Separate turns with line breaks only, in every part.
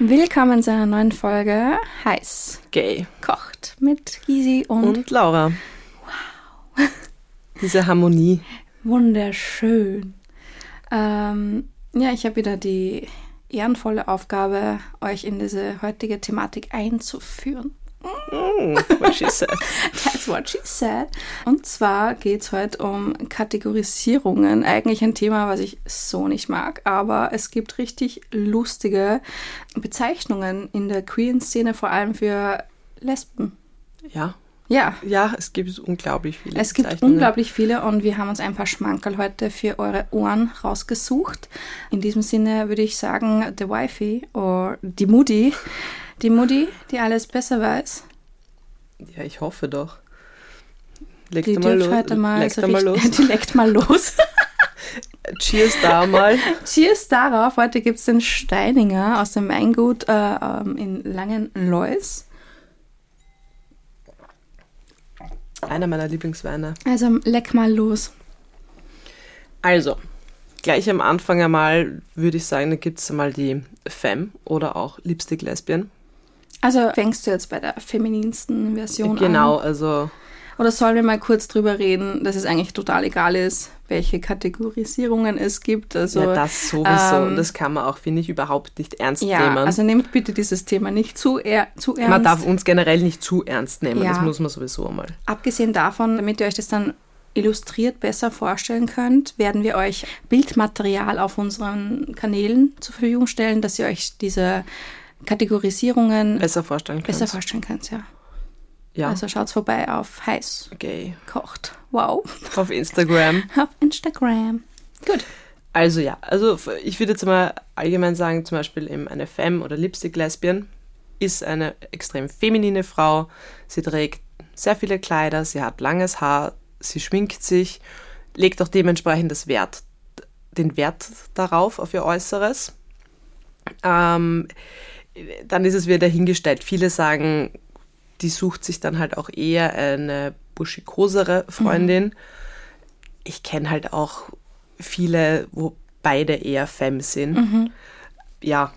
Willkommen zu einer neuen Folge Heiß
Gay.
kocht mit Gisi und,
Und Laura. Wow. Diese Harmonie.
wunderschön. Ähm, ja, ich habe wieder die ehrenvolle Aufgabe, euch in diese heutige Thematik einzuführen.
Mm, what she said.
That's what she said. Und zwar geht es heute um Kategorisierungen. Eigentlich ein Thema, was ich so nicht mag, aber es gibt richtig lustige Bezeichnungen in der Queen-Szene, vor allem für Lesben.
Ja.
Ja,
Ja, es gibt unglaublich viele.
Es gibt
Bezeichnungen.
unglaublich viele und wir haben uns ein paar Schmankerl heute für eure Ohren rausgesucht. In diesem Sinne würde ich sagen, the Wifey oder die Moody. Die Moody, die alles besser weiß,
Ja, ich hoffe doch. Legt
die
mal,
dürft
lo
heute mal,
legt
so
mal
richtig-
los.
die legt mal los.
Cheers da mal.
Cheers darauf. Heute gibt es den Steininger aus dem Weingut äh, ähm, in Langenlois.
Einer meiner Lieblingsweine.
Also leck mal los.
Also, gleich am Anfang einmal würde ich sagen, da gibt es einmal die Femme oder auch Lipstick Lesbian.
Also fängst du jetzt bei der femininsten Version an?
Genau, also
Oder sollen wir mal kurz drüber reden, dass es eigentlich total egal ist, welche Kategorisierungen es gibt? Also,
ja, das sowieso.
ähm,
Und das kann man auch, finde ich, überhaupt nicht ernst
ja,
nehmen.
also nehmt bitte dieses Thema nicht zu, er zu ernst.
Man darf uns generell nicht zu ernst nehmen,
Ja.
das muss man sowieso einmal.
Abgesehen davon, damit ihr euch das dann illustriert besser vorstellen könnt, werden wir euch Bildmaterial auf unseren Kanälen zur Verfügung stellen, dass ihr euch diese Kategorisierungen
besser vorstellen können.
besser vorstellen könnt. Ja.
ja.
Also schaut vorbei auf heiß
okay.
kocht. Wow.
Auf Instagram.
Auf Instagram. Gut.
Also ja, also f- ich würde jetzt mal allgemein sagen, zum Beispiel eben eine Femme oder Lipstick Lesbian ist eine extrem feminine Frau. Sie trägt sehr viele Kleider, sie hat langes Haar, sie schminkt sich, legt auch dementsprechend das Wert, den Wert darauf, auf ihr Äußeres. Ähm, dann ist es wieder dahingestellt. Viele sagen, die sucht sich dann halt auch eher eine buschikosere Freundin. Ich kenne halt auch viele, wo beide eher Femme sind.
Mhm.
Ja,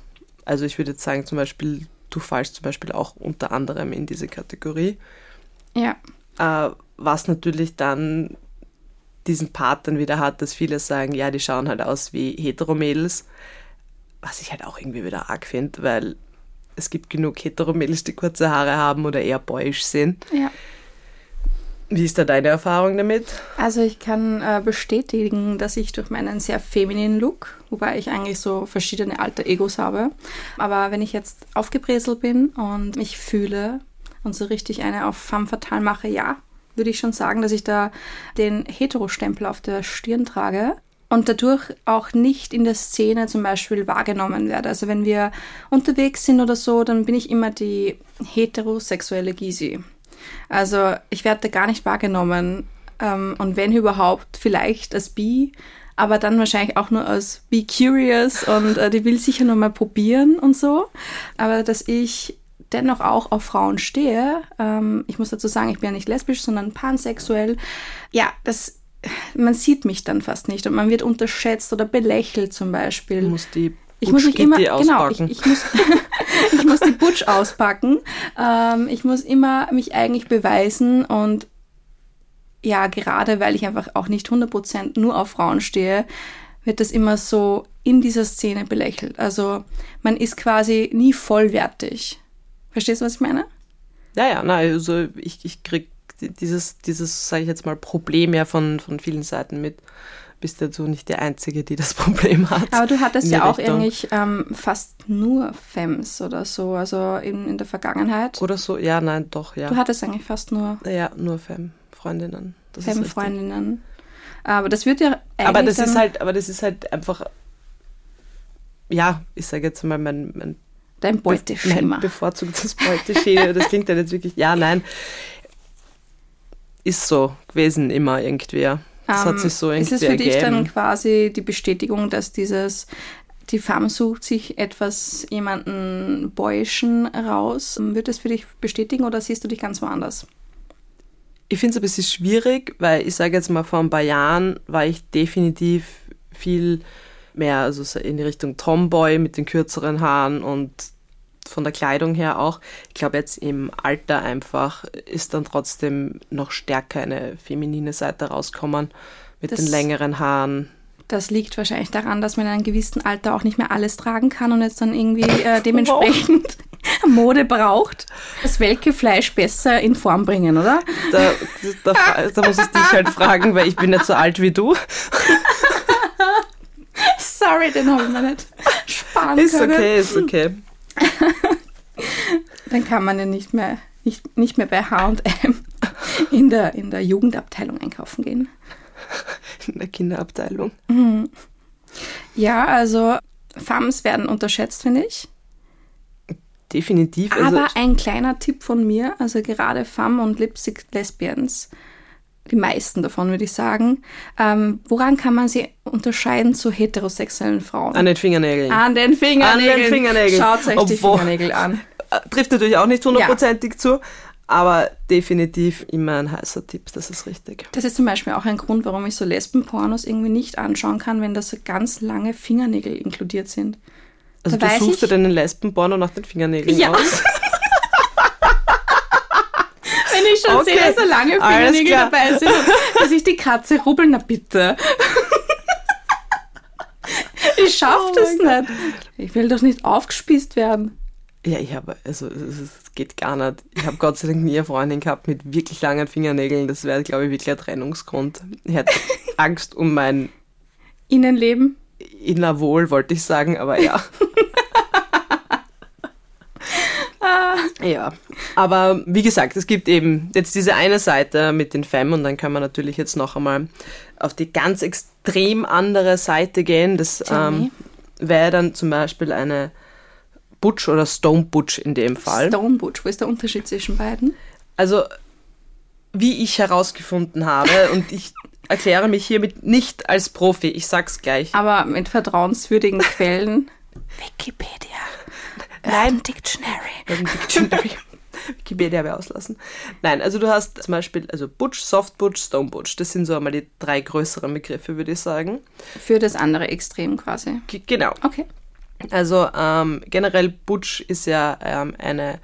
also ich würde jetzt sagen, zum Beispiel, du fallst zum Beispiel auch unter anderem in diese Kategorie.
Ja.
Äh, was natürlich dann diesen Part dann wieder hat, dass viele sagen, ja, die schauen halt aus wie Heteromädels. Was ich halt auch irgendwie wieder arg finde, weil es gibt genug Heteromädels, die kurze Haare haben oder eher boyisch sind.
Ja.
Wie ist da deine Erfahrung damit?
Also ich kann äh, bestätigen, dass ich durch meinen sehr femininen Look, wobei ich eigentlich so verschiedene alter Egos habe, aber wenn ich jetzt aufgebrezelt bin und mich fühle und so richtig eine auf femme fatale mache, ja, würde ich schon sagen, dass ich da den Hetero-Stempel auf der Stirn trage und dadurch auch nicht in der Szene zum Beispiel wahrgenommen werde. Also wenn wir unterwegs sind oder so, dann bin ich immer die heterosexuelle Gysi. Also ich werde da gar nicht wahrgenommen. Ähm, und wenn überhaupt, vielleicht als Bi, aber dann wahrscheinlich auch nur als Be Curious und äh, die will sicher nur mal probieren und so. Aber dass ich dennoch auch auf Frauen stehe, ähm, ich muss dazu sagen, ich bin ja nicht lesbisch, sondern pansexuell. Ja, das, man sieht mich dann fast nicht und man wird unterschätzt oder belächelt zum Beispiel.
Du musst die
Ich muss mich immer,
Butschkitti
genau, ich,
auspacken.
ich, muss, ich muss die Butsch auspacken. Ähm, ich muss immer mich eigentlich beweisen und ja, gerade weil ich einfach auch nicht 100% nur auf Frauen stehe, wird das immer so in dieser Szene belächelt. Also man ist quasi nie vollwertig. Verstehst du, was ich meine?
Ja, ja, nein, also ich, ich krieg di- dieses, dieses, sage ich jetzt mal, Problem ja von, von vielen Seiten mit. Bist ja du nicht die Einzige, die das Problem hat.
Aber du hattest
in die
ja auch
Richtung.
eigentlich ähm, fast nur Femmes oder so, also in, in der Vergangenheit.
Oder so, ja, nein, doch, ja.
Du hattest eigentlich fast nur
ja, nur Femme, Freundinnen. Das ist richtig.
Femme-Freundinnen. Aber das wird ja eigentlich
Aber das
dann,
ist halt, aber das ist halt einfach, ja, ich sage jetzt mal mein, mein
dein Beuteschema.
Mein bevorzugtes Beuteschema. Das klingt dann jetzt wirklich, ja, nein. Ist so gewesen immer irgendwie. ja. Das
Ähm,
hat sich so irgendwie
Ist es für dich
ergeben.
dann quasi die Bestätigung, dass dieses die Femme sucht sich etwas jemanden boyischen raus? Wird das für dich bestätigen oder siehst du dich ganz woanders?
Ich finde es ein bisschen schwierig, weil ich sage jetzt mal, vor ein paar Jahren war ich definitiv viel mehr also so in die Richtung Tomboy mit den kürzeren Haaren und von der Kleidung her auch. Ich glaube, jetzt im Alter einfach ist dann trotzdem noch stärker eine feminine Seite rauskommen mit
Das-
den längeren Haaren.
Das liegt wahrscheinlich daran, dass man in einem gewissen Alter auch nicht mehr alles tragen kann und jetzt dann irgendwie äh, dementsprechend Mode braucht. Das welke Fleisch besser in Form bringen, oder?
Da, da, fra- da muss ich dich halt fragen, weil ich bin nicht so alt wie du.
Sorry, den habe ich mir nicht sparen
Ist
können.
okay, ist okay.
Dann kann man den nicht mehr, nicht, nicht mehr bei H&M in der, in der Jugendabteilung einkaufen gehen.
In der Kinderabteilung.
Ja, also Femmes werden unterschätzt, finde ich.
Definitiv. Also,
Aber ein kleiner Tipp von mir, also gerade Femme und Lipstick Lesbians, die meisten davon würde ich sagen, ähm, woran kann man sie unterscheiden zu heterosexuellen Frauen?
an den Fingernägeln.
An den Fingernägeln.
An den Fingernägeln.
Schaut euch die
Obwohl-
Fingernägel an.
Äh, Trifft natürlich auch nicht hundertprozentig zu, aber definitiv immer ein heißer Tipp, das ist richtig.
Das ist zum Beispiel auch ein Grund, warum ich so Lesbenpornos irgendwie nicht anschauen kann, wenn da so ganz lange Fingernägel inkludiert sind.
Also
Da
du
weiß
suchst dir
ich-
deinen Lesbenporno nach den Fingernägeln
Ja.
aus.
Wenn ich schon
Okay.
sehe, dass so lange
Alles
Fingernägel
klar.
dabei sind, dass ich die Katze rubbel, na bitte. Ich schaff
Oh
das
mein
nicht. Ich will doch nicht aufgespießt werden.
Ja, ich habe, also es es geht gar nicht. Ich habe Gott sei Dank nie eine Freundin gehabt mit wirklich langen Fingernägeln. Das wäre, glaube ich, wirklich ein Trennungsgrund. Ich hätte Angst um mein
Innenleben.
Innerwohl, wollte ich sagen, aber ja. ja, aber wie gesagt, es gibt eben jetzt diese eine Seite mit den Femme und dann können wir natürlich jetzt noch einmal auf die ganz extrem andere Seite gehen. Das ähm,
Jenny.
wäre dann zum Beispiel eine Butch oder Stone Butch in dem Fall.
Stone Butch, wo ist der Unterschied zwischen beiden?
Also, wie ich herausgefunden habe, und ich erkläre mich hiermit nicht als Profi, ich sag's gleich.
Aber mit vertrauenswürdigen Quellen. Wikipedia. Urban Dictionary.
Urban Dictionary. Wikipedia habe ich auslassen. Nein, also du hast zum Beispiel also Butch, Soft Butch, Stone Butch. Das sind so einmal die drei größeren Begriffe, würde ich sagen.
Für das andere Extrem quasi.
G genau.
Okay.
Also ähm, generell Butch ist ja ähm, eine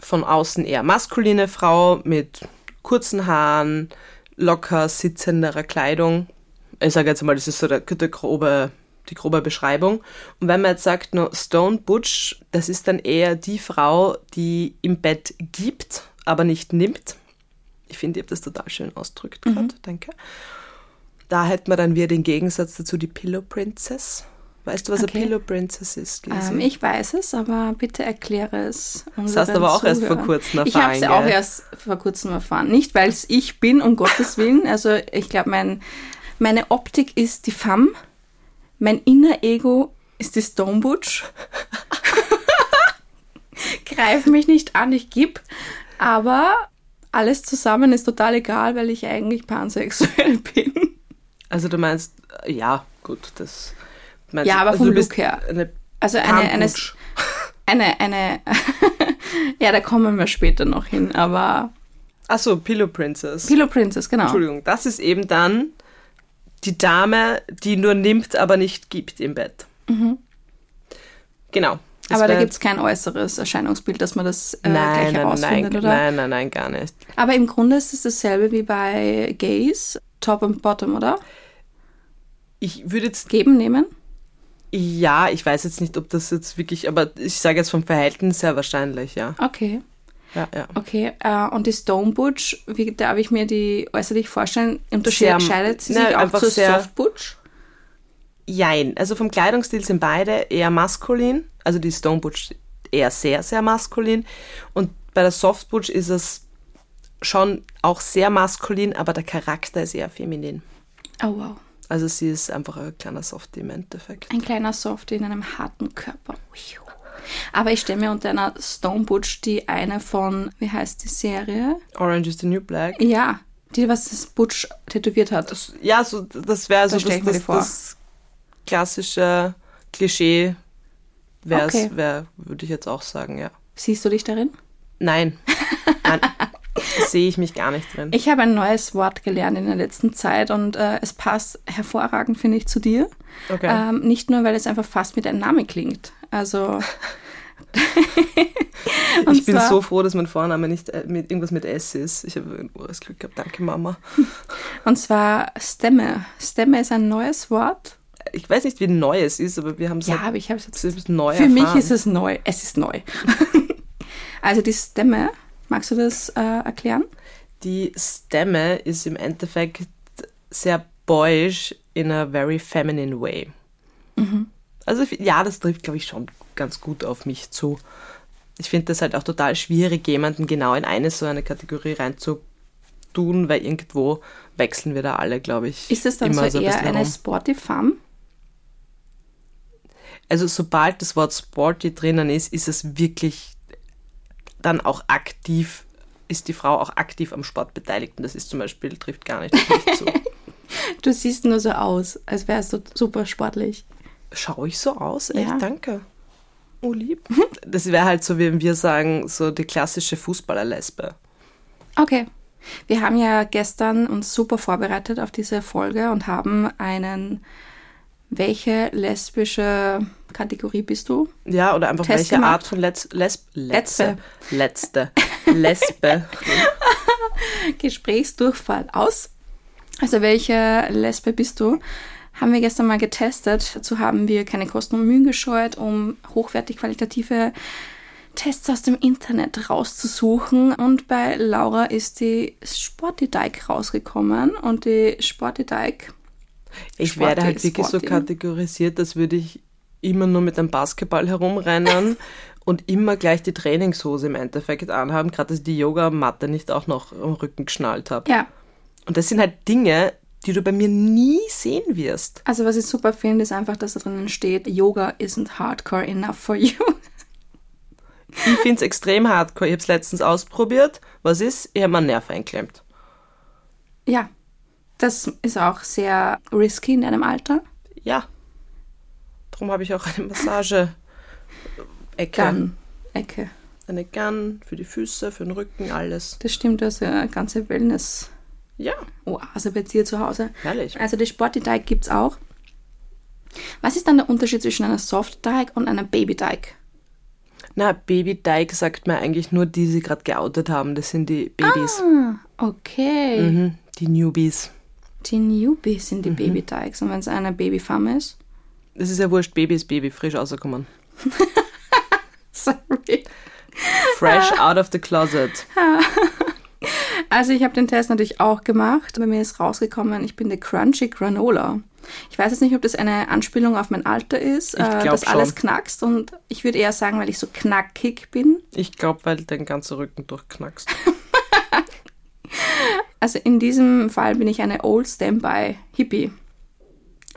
von außen eher maskuline Frau mit kurzen Haaren, locker sitzenderer Kleidung. Ich sage jetzt mal, das ist so der, der grobe, die grobe Beschreibung. Und wenn man jetzt sagt, no, Stone Butch, das ist dann eher die Frau, die im Bett gibt, aber nicht nimmt. Ich finde, ihr habt das total schön ausgedrückt gerade, danke. Da hätten wir dann wieder den Gegensatz dazu, die Pillow Princess. Weißt du, was
Okay.
eine Pillow Princess ist? Gisi?
Ähm, ich weiß es, aber bitte erkläre es.
Das hast du aber auch erst vor kurzem
Ich habe es
erfahren,
auch
gell?
erst vor kurzem erfahren. Nicht, weil es ich bin, um Gottes Willen. Also ich glaube, mein, meine Optik ist die Femme. Mein inner Ego ist die Stone Butch. Greif mich nicht an, ich gib. Aber alles zusammen ist total egal, weil ich eigentlich pansexuell bin.
Also du meinst, äh, ja, gut, das meinst
Ja,
du-
aber
also
vom
du bist
Look her.
Eine
Also eine, eine,
Pamputsch.
eine, eine ja, da kommen wir später noch hin, aber
Ach so, Pillow Princess.
Pillow Princess, genau.
Entschuldigung, das ist eben dann die Dame, die nur nimmt, aber nicht gibt im Bett. Genau. Das
Mhm. Aber da
wär-
gibt es kein äußeres Erscheinungsbild, dass man das äh,
nein,
gleich
nein,
herausfindet,
nein,
oder?
nein, nein, nein, gar nicht.
Aber im Grunde ist es dasselbe wie bei Gays, Top und Bottom, oder?
Ich würde jetzt,
Geben, nehmen.
ja, ich weiß jetzt nicht, ob das jetzt wirklich, aber ich sage jetzt vom Verhältnis her wahrscheinlich, ja.
Okay,
ja, ja.
okay. Äh, und die Stone Butch, wie darf ich mir die äußerlich vorstellen? Unterscheidet sie
ne,
sich auch
einfach
zur
sehr-
Soft Butch?
Jein. Also vom Kleidungsstil sind beide eher maskulin. Also die Stone Butch eher sehr, sehr maskulin. Und bei der Soft Butch ist es schon auch sehr maskulin, aber der Charakter ist eher feminin.
Oh wow,
Also sie ist einfach ein kleiner Softie im Endeffekt.
ein kleiner Soft in einem harten Körper. Uiuh. Aber ich stelle mir unter einer Stone Butch die eine von, wie heißt die Serie?
Orange is the New Black.
Ja, die, was das Butch tätowiert hat.
Das, ja, so, das wäre so
Das stell
das,
ich mir
das,
vor.
das klassische Klischee. Wär's,
Okay.
wär, würde ich jetzt auch sagen, ja.
Siehst du dich darin?
Nein. Nein. Sehe ich mich gar nicht drin.
Ich habe ein neues Wort gelernt in der letzten Zeit und äh, es passt hervorragend, finde ich, äh, zu dir.
Okay.
Ähm, nicht nur, weil es einfach fast mit einem Namen klingt. Also Und
ich bin
zwar-
so froh, dass mein Vorname nicht äh, mit irgendwas mit S ist. Ich habe ein ures Glück gehabt. Danke, Mama.
Und zwar Stämme. Stämme ist ein neues Wort. Ich
weiß nicht, wie neu es ist, aber wir haben es
Ja, aber ich habe es jetzt.
es ist neu
Für mich
erfahren.
ist es neu. Es ist neu. also die Stämme, magst du das äh, erklären?
Die Stämme ist im Endeffekt sehr boyish in a very feminine way.
Mhm.
Also ich- ja, das trifft, glaube ich, schon ganz gut auf mich zu. Ich finde das halt auch total schwierig, jemanden genau in eine so eine Kategorie reinzutun, weil irgendwo wechseln wir da alle, glaube ich.
Ist es dann
immer
so
ein
eher
bisschen
eine
herum.
Sporty Farm?
Also sobald das Wort sporty drinnen ist, ist es wirklich dann auch aktiv, ist die Frau auch aktiv am Sport beteiligt. Und das ist zum Beispiel, trifft gar nicht auf mich zu.
Du siehst nur so aus, als wärst du super sportlich.
Schaue ich so aus?
Ja.
Echt, danke. Oh, lieb. Das wäre halt so, wie wir sagen, so die klassische Fußballerlesbe.
Okay. Wir haben ja gestern uns super vorbereitet auf diese Folge und haben einen welche lesbische Kategorie bist du?
Ja, oder einfach
Test
welche
gemacht.
Art von Letz, Lesb, Letze, Letzte. Lesbe.
Gesprächsdurchfall aus. Also welche Lesbe bist du? Haben wir gestern mal getestet. Dazu haben wir keine Kosten und Mühen gescheut, um hochwertig qualitative Tests aus dem Internet rauszusuchen. Und bei Laura ist die Sportidike rausgekommen. Und die Sportidike,
Ich
Sporty
werde halt
ist
wirklich so
Sporty.
kategorisiert, als würde ich immer nur mit einem Basketball herumrennen und immer gleich die Trainingshose im Endeffekt anhaben, gerade dass ich die Yogamatte nicht auch noch am Rücken geschnallt habe.
ja,
Und das sind halt Dinge, die du bei mir nie sehen wirst.
also was ich super finde, ist einfach, dass da drinnen steht, Yoga isn't hardcore enough for you.
Ich finde es extrem hardcore. Ich habe es letztens ausprobiert. Was ist? Ich habe mir einen Nerv einklemmt.
ja, das ist auch sehr risky in deinem Alter.
Ja. Darum habe ich auch eine Massage-Ecke.
Dann Ecke.
Eine Gun für die Füße, für den Rücken, alles.
Das stimmt, das ist eine ganze Wellness-Oase
Ja,
bei dir zu Hause.
herrlich.
Also die Sportditeig gibt es auch. Was ist dann der Unterschied zwischen einer Softteig und einer Babyteig?
Na, Baby-Dyke sagt mir eigentlich nur die, die sie gerade geoutet haben. Das sind die Babys.
Ah, okay.
Mhm, die Newbies.
Die Newbies sind die Babyteigs. Und wenn es eine Babyfarm ist?
Das ist ja wurscht. Baby ist Baby, frisch rausgekommen.
Sorry.
Fresh out of the closet.
Also ich habe den Test natürlich auch gemacht. Bei mir ist rausgekommen, ich bin der Crunchy Granola. Ich weiß jetzt nicht, ob das eine Anspielung auf mein Alter ist, äh,
glaub
dass alles
schon.
knackst. Und ich würde eher sagen, weil ich so knackig bin.
Ich glaube, weil dein ganzer Rücken durchknackst.
Also in diesem Fall bin ich eine Old Standby Hippie.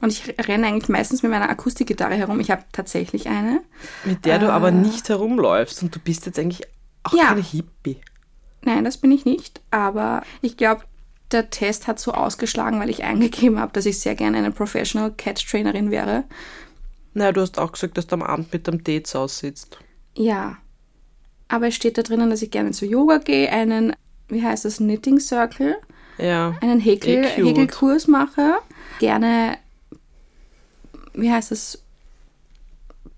Und ich renne eigentlich meistens mit meiner Akustikgitarre herum. Ich habe tatsächlich eine.
Mit der du aber nicht herumläufst. Und du bist jetzt eigentlich auch
Ah. Ja.
keine Hippie.
Nein, das bin ich nicht. Aber ich glaube, der Test hat so ausgeschlagen, weil ich eingegeben habe, dass ich sehr gerne eine Professional Cat Trainerin wäre.
Naja, du hast auch gesagt, dass du am Abend mit dem Dates aussitzt.
Ja. Aber es steht da drinnen, dass ich gerne zu Yoga gehe, einen, wie heißt das, Knitting Circle,
Ja.
einen Häkel,
Eh cute.
Häkelkurs mache, gerne, wie heißt das,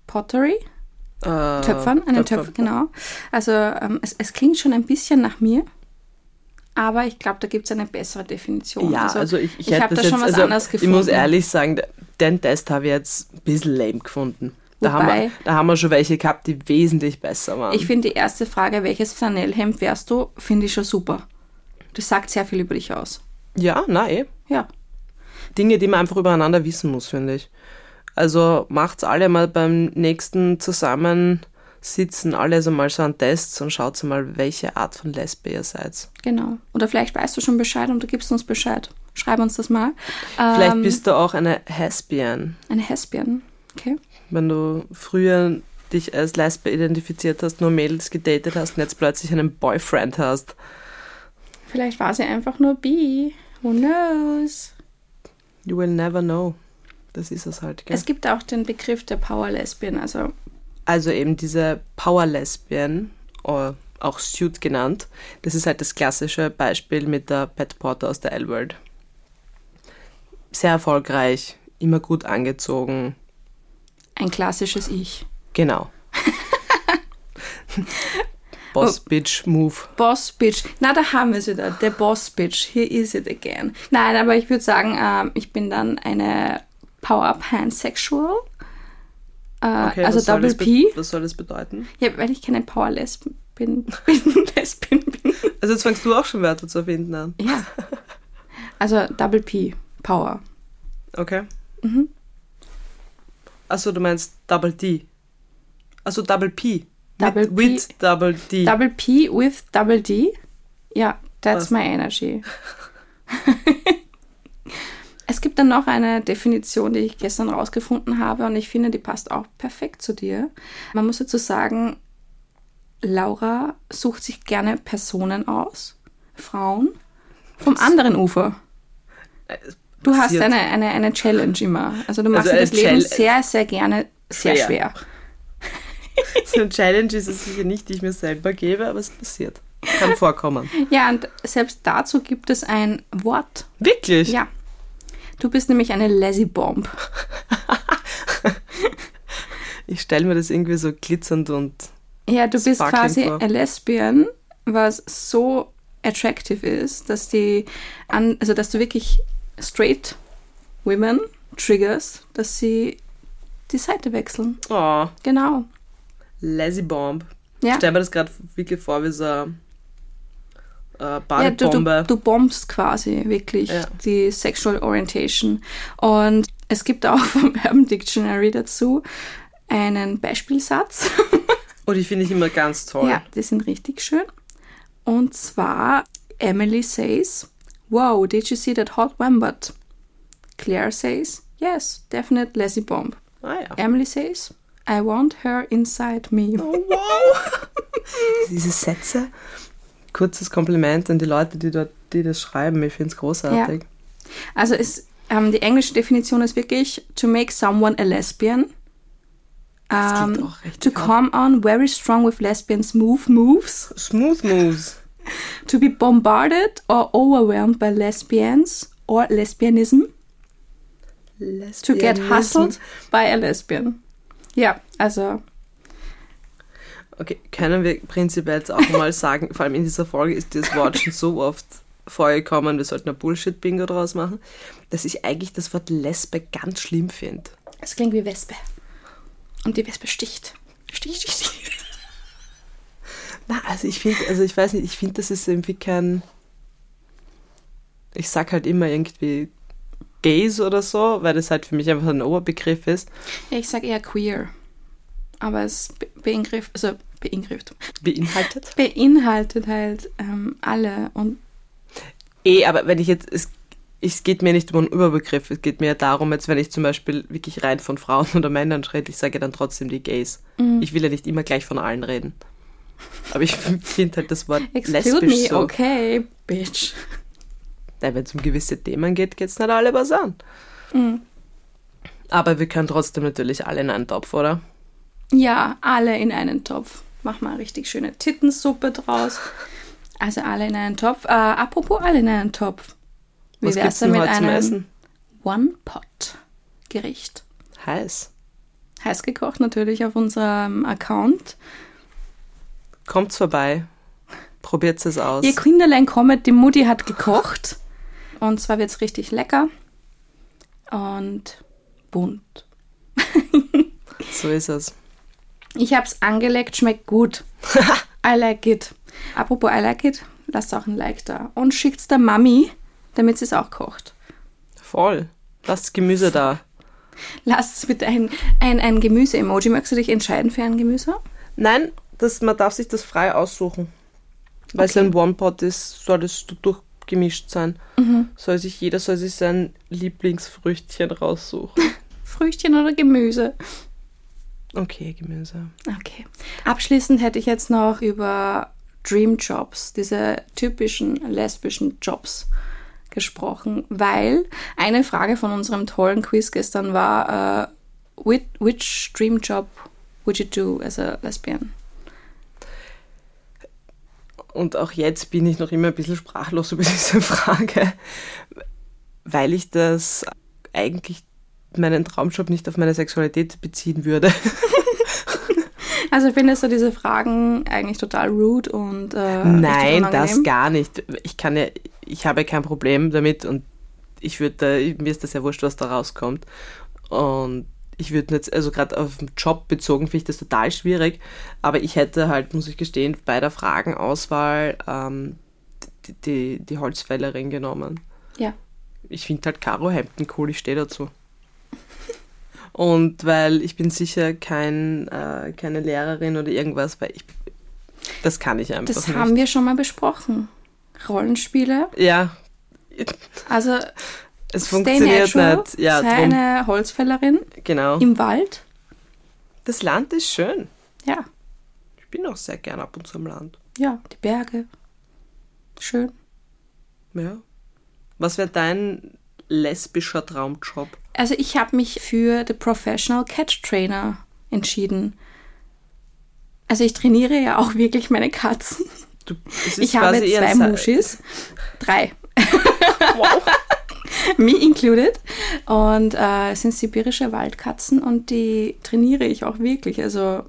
Pottery?
Äh,
Töpfern, einen Töpfer, genau. Also ähm, es, es klingt schon ein bisschen nach mir, aber ich glaube, da gibt es eine bessere Definition.
Ja, also, ich, ich,
habe da
hätte das jetzt,
schon was
also,
anderes
Ich
gefunden.
muss ehrlich sagen, d- den Test habe ich jetzt ein bisschen lame gefunden. Da haben,
Wobei-
wir, da haben wir schon welche gehabt, die wesentlich besser waren.
Ich finde die erste Frage, welches Flanellhemd wärst du, finde ich schon super. Das sagt sehr viel über dich aus.
ja, nein. eh.
Ja.
Dinge, die man einfach übereinander wissen muss, finde ich. Also macht's alle mal beim nächsten Zusammensitzen, alle so mal so einen Test und schaut mal, welche Art von Lesbe ihr seid.
Genau. Oder vielleicht weißt du schon Bescheid und du gibst uns Bescheid. Schreib uns das mal.
Vielleicht
Ähm,
bist du auch eine Hespian.
eine Hespian. Okay.
wenn du früher dich als Lesbe identifiziert hast, nur Mädels gedatet hast und jetzt plötzlich einen Boyfriend hast.
Vielleicht war sie einfach nur bi. Who knows?
You will never know. Das ist es halt, gell?
Es gibt auch den Begriff der Power Lesbian. Also
also eben diese Power-Lesbian, oder auch Suit genannt, das ist halt das klassische Beispiel mit der Pat Porter aus der L-World. Sehr erfolgreich, immer gut angezogen.
ein klassisches Ich.
Genau. Boss-Bitch-Move.
Boss Bitch. Na, da haben wir sie wieder. Der Boss Bitch. Here is it again. Nein, aber ich würde sagen, ähm, ich bin dann eine Power Pansexual. Äh,
Okay, was
also
soll
Double
das be-
P.
Was soll das bedeuten?
Ja, weil ich keine Power Lesben bin. bin Lesbin bin.
Also jetzt fängst du auch schon Wörter zu erfinden an.
Ja. Also Double P. Power.
Okay.
Mhm.
Achso, du meinst Double D. Also Double P.
Double
with,
P.
with Double D.
Double P with Double D. Ja, that's
Passt.
my energy. es gibt dann noch eine Definition, die ich gestern rausgefunden habe und ich finde, die passt auch perfekt zu dir. Man muss dazu sagen, Laura sucht sich gerne Personen aus, Frauen, vom anderen Ufer. Du hast
Äh, passiert.
eine, eine, eine Challenge immer. Also du machst
Also
dir das
eine
Leben
Challenge.
sehr, sehr gerne sehr
Schwer.
schwer.
so eine Challenge ist es sicher nicht, die ich mir selber gebe, aber es passiert. Kann vorkommen.
Ja, und selbst dazu gibt es ein Wort,
Wirklich?
Ja. Du bist nämlich eine Lazy Bomb.
Ich stelle mir das irgendwie so glitzernd und
Ja, du bist
Sparkling
quasi
vor.
eine Lesbian, was so attractive ist, dass die an, also dass du wirklich straight women triggers, dass sie die Seite wechseln.
oh,
Genau.
Lazy Bomb. Ich
Ja.
stelle mir das gerade wirklich vor wie so eine äh,
Ja, du,
Badebombe.
du, du bombst quasi wirklich
Ja.
die Sexual Orientation. Und es gibt auch vom Urban Dictionary dazu einen Beispielsatz.
und die finde ich immer ganz toll.
Ja, die sind richtig schön. Und zwar, Emily says, Wow, did you see that hot wombat? Claire says, Yes, definite Lassie Bomb.
Ah ja.
Emily says, I want her inside me.
Oh, wow! Diese Sätze. Kurzes Kompliment an die Leute, die, dort, die das schreiben. Ich finde es großartig.
Also ist, ähm, die englische Definition ist wirklich, to make someone a lesbian.
Das klingt
Ähm,
auch recht
to
hart.
come on very strong with lesbian smooth moves,
Smooth Moves.
to be bombarded or overwhelmed by lesbians or lesbianism. to get hustled by a lesbian. Ja, also
Okay, können wir prinzipiell jetzt auch mal sagen, vor allem in dieser Folge ist das Wort schon so oft vorgekommen, wir sollten ein Bullshit-Bingo draus machen, dass ich eigentlich das Wort Lesbe ganz schlimm finde.
es klingt wie Wespe. Und die Wespe sticht. Sticht, sticht, sticht.
Na, also ich finde, also ich weiß nicht, ich finde, das ist irgendwie kein. Ich sag halt immer irgendwie Gays oder so, weil das halt für mich einfach ein Oberbegriff ist.
Ja, ich sag eher queer. Aber es be- beingrifft, also beingrifft.
Beinhaltet?
Beinhaltet halt ähm, alle. Und
Eh, aber wenn ich jetzt. Es, es geht mir nicht um einen Überbegriff, es geht mir darum, jetzt wenn ich zum Beispiel wirklich rein von Frauen oder Männern rede, ich sage ja dann trotzdem die Gays.
mm,
Ich will ja nicht immer gleich von allen reden. Aber ich finde halt das Wort
exclude
lesbisch
me,
so.
okay, bitch.
Nein, wenn es um gewisse Themen geht, geht's nicht alle was an.
Mm.
Aber wir können trotzdem natürlich alle in einen Topf, oder?
Ja, alle in einen Topf. Mach mal richtig schöne Tittensuppe draus. Also alle in einen Topf. Äh, apropos alle in einen Topf. Wie
was
wär's
gibt's denn
denn mit
heute zum
einem-
Essen?
One-Pot-Gericht.
Heiß.
Heiß gekocht natürlich auf unserem Account.
Kommt's vorbei. Probiert's es aus.
Ihr Kinderlein kommet, die Mutti hat gekocht. Und zwar wird's richtig lecker und bunt.
So ist es.
Ich hab's angelegt, schmeckt gut. I like it. Apropos I like it, lasst auch ein Like da. Und schickt's der Mami, damit sie es auch kocht.
Voll. Lasst Gemüse da.
Lasst bitte ein, ein, ein Gemüse-Emoji. Möchtest du dich entscheiden für ein Gemüse?
Nein, das, man darf sich das frei aussuchen. Weil es
Okay.
ein One-Pot ist, soll es durchgemischt sein. Soll sich, jeder soll sich sein Lieblingsfrüchtchen raussuchen.
Früchtchen oder Gemüse?
Okay, Gemüse.
Okay. Abschließend hätte ich jetzt noch über Dream Jobs, diese typischen lesbischen Jobs gesprochen, weil eine Frage von unserem tollen Quiz gestern war, äh, which, which Dream Job would you do as a lesbian?
Und auch jetzt bin ich noch immer ein bisschen sprachlos über diese Frage, weil ich das eigentlich meinen Traumjob nicht auf meine Sexualität beziehen würde.
Also ich finde so diese Fragen eigentlich total rude und äh,
Nein,
richtig
das
unangenehm.
gar nicht. Ich kann ja, ich habe kein Problem damit und ich würde, mir ist das ja wurscht, was da rauskommt. Und ich würde jetzt, also gerade auf den Job bezogen, finde ich das total schwierig. Aber ich hätte halt, muss ich gestehen, bei der Fragenauswahl ähm, die, die, die Holzfällerin genommen.
Ja.
Ich finde halt Caro Hampton cool, ich stehe dazu. Und weil ich bin sicher kein, äh, keine Lehrerin oder irgendwas, weil ich das kann ich einfach
Das
nicht.
haben wir schon mal besprochen. Rollenspiele.
Ja,
Also
es
Stay
funktioniert
Natural,
nicht. Ja,
sei
drum,
eine Holzfällerin
genau.
im Wald.
Das Land ist schön.
Ja,
Ich bin auch sehr gern ab und zu im Land.
ja, die Berge. Schön.
Ja. Was wäre dein lesbischer Traumjob?
Also ich habe mich für The Professional Cat Trainer entschieden. Also ich trainiere ja auch wirklich meine Katzen.
Du, es ist
Ich habe
quasi eher
zwei
ein Sa-
Muschis. Drei.
Wow.
Me included. Und äh, es sind sibirische Waldkatzen und die trainiere ich auch wirklich. Also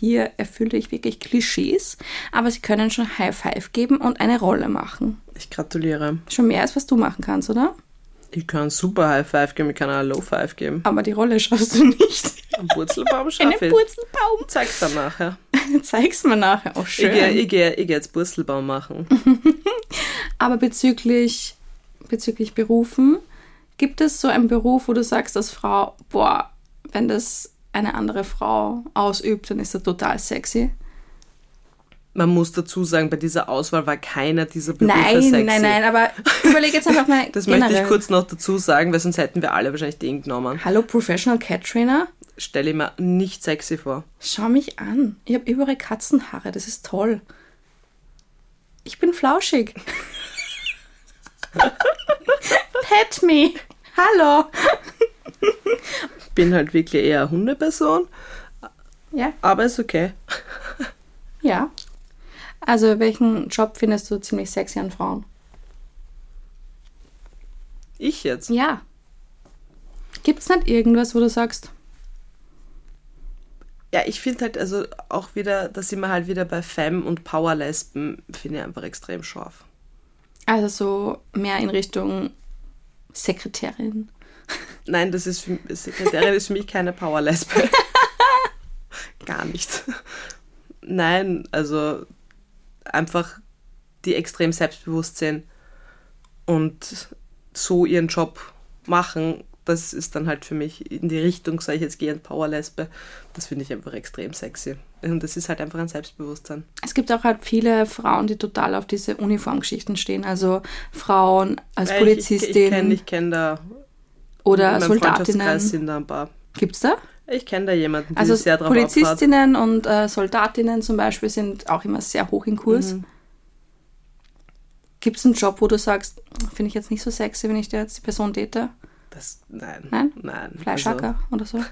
hier erfülle ich wirklich Klischees, aber sie können schon High Five geben und eine Rolle machen.
Ich gratuliere.
Schon mehr als was du machen kannst, oder?
Ich kann super High Five geben, ich kann auch Low Five geben.
Aber die Rolle schaffst du nicht.
Am Purzelbaum
Einen
schaffe ich.
Purzelbaum.
Zeig's dann nachher.
Zeig's mir nachher. Oh,
Ich
schön.
gehe ich geh, ich geh jetzt Purzelbaum machen.
Aber bezüglich, bezüglich Berufen, gibt es so einen Beruf, wo du sagst als Frau, boah, wenn das eine andere Frau ausübt, dann ist das total sexy?
Man muss dazu sagen, bei dieser Auswahl war keiner dieser Berufe
nein,
sexy.
nein, nein, aber überleg jetzt einfach mal
Das
generell.
möchte ich kurz noch dazu sagen, weil sonst hätten wir alle wahrscheinlich den genommen.
Hallo Professional Cat Trainer,
Stelle ich mir nicht sexy vor.
schau mich an. Ich habe überall Katzenhaare, das ist toll. Ich bin flauschig. Pet me. Hallo.
Bin halt wirklich eher eine Hundeperson,
Ja,
aber ist okay.
Ja. Also welchen Job findest du ziemlich sexy an Frauen?
Ich jetzt.
Ja. Gibt's nicht irgendwas, wo du sagst,
Ja, ich finde halt also auch wieder, da sind wir halt wieder bei Femme und Powerlesben, finde ich einfach extrem scharf.
also so mehr in Richtung Sekretärin?
Nein, das ist für, Sekretärin ist für mich keine Powerlesbe. Gar nicht. Nein, also einfach die extrem selbstbewusst sind und so ihren Job machen, das ist dann halt für mich in die Richtung, sage ich jetzt, gehend Powerlesbe. Das finde ich einfach extrem sexy. Und das ist halt einfach ein Selbstbewusstsein.
Es gibt auch halt viele Frauen, die total auf diese Uniformgeschichten stehen. Also Frauen als
Äh,
Polizistin
Ich, ich, ich kenne ich kenn da, in
oder
meinem
Soldatinnen.
Freundschaftskreis sind da ein paar.
Gibt's da?
Ich kenne da jemanden, der
Also
sehr drauf abfahrt.
Polizistinnen und äh, Soldatinnen zum Beispiel sind auch immer sehr hoch im Kurs.
Mhm.
Gibt's einen Job, wo du sagst, finde ich jetzt nicht so sexy, wenn ich da jetzt die Person date?
Das, nein.
Nein?
Nein. Also,
Fleischhacker oder so.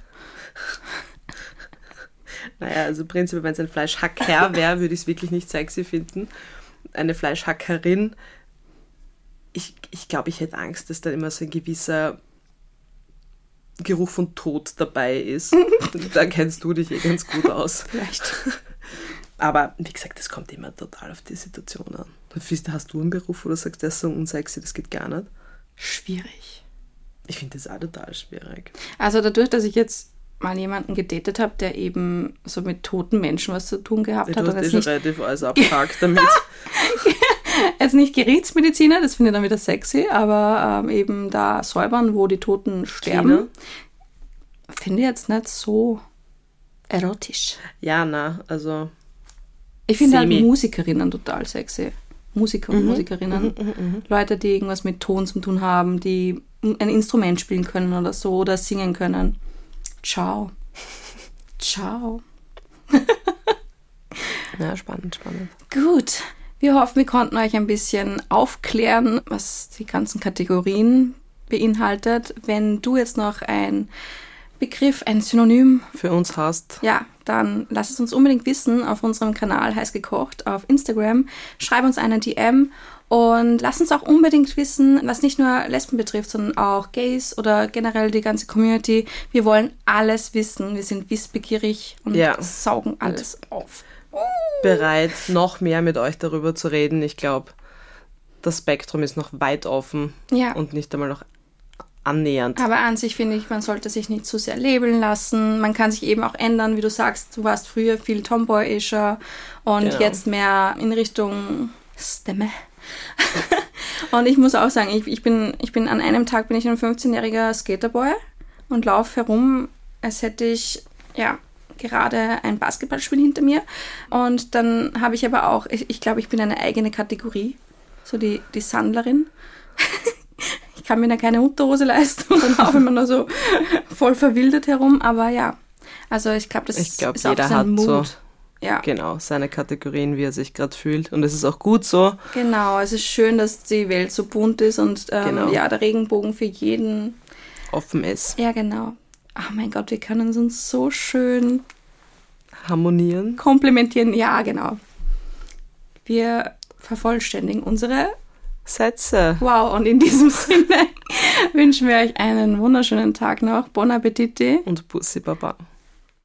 naja, also prinzipiell, wenn es ein Fleischhacker wäre, würde ich es wirklich nicht sexy finden. Eine Fleischhackerin. Ich, ich glaube, ich hätte Angst, dass da immer so ein gewisser Geruch von Tod dabei ist. da kennst du dich eh ganz gut aus.
Vielleicht.
Aber wie gesagt, das kommt immer total auf die Situation an. Hast du einen Beruf, wo du sagst, der ist so unsexy, das geht gar nicht?
Schwierig.
Ich finde das auch total schwierig.
Also dadurch, dass ich jetzt mal jemanden gedatet habe, der eben so mit toten Menschen was zu tun gehabt
Du
hat und
hast eh
jetzt
schon
nicht,
relativ alles abgehakt damit.
jetzt nicht Gerichtsmediziner, das finde ich dann wieder sexy, aber ähm, eben da säubern, wo die Toten sterben, finde ich jetzt nicht so erotisch.
Ja, na, also
Ich finde halt
Semi.
Musikerinnen total sexy. Musiker und Musikerinnen. Leute, die irgendwas mit Ton zu tun haben, die ein Instrument spielen können oder so oder singen können. Ciao. Ciao.
Ja, spannend, spannend.
Gut. Wir hoffen, wir konnten euch ein bisschen aufklären, was die ganzen Kategorien beinhaltet. Wenn du jetzt noch ein Begriff, ein Synonym
Für uns hast
Ja, dann lass es uns unbedingt wissen auf unserem Kanal Heiß gekocht auf Instagram. Schreib uns eine DM Und lasst uns auch unbedingt wissen, was nicht nur Lesben betrifft, sondern auch Gays oder generell die ganze Community. Wir wollen alles wissen. Wir sind wissbegierig und
Ja.
saugen alles auf.
bereit, noch mehr mit euch darüber zu reden. Ich glaube, das Spektrum ist noch weit offen
Ja.
und nicht einmal noch annähernd.
Aber an sich finde ich, man sollte sich nicht zu sehr labeln lassen. Man kann sich eben auch ändern, wie du sagst. Du warst früher viel tomboyischer und
Genau.
jetzt mehr in Richtung Stämme. und ich muss auch sagen, ich, ich, bin, ich bin an einem Tag bin ich ein 15-jähriger Skaterboy und laufe herum, als hätte ich ja gerade ein Basketballspiel hinter mir. Und dann habe ich aber auch, ich, ich glaube, ich bin eine eigene Kategorie, so die, die Sandlerin ich kann mir da keine Unterhose leisten und dann laufe ich immer nur so voll verwildert herum, aber ja. Also ich glaube, das
ich glaube,
ist auch
jeder
sein
hat
Mut.
so
ja,
genau seine Kategorien, wie er sich gerade fühlt. Und es ist auch gut so.
genau. Es ist schön, dass die Welt so bunt ist und ähm,
Genau.
ja, der Regenbogen für jeden.
Offen ist,
Ja, genau. Oh mein Gott, wir können uns so schön
harmonieren.
komplementieren. Ja, genau. Wir vervollständigen unsere
Sätze.
Wow, und in diesem Sinne wünschen wir euch einen wunderschönen Tag noch. Bon Appetit.
Und Bussi Baba.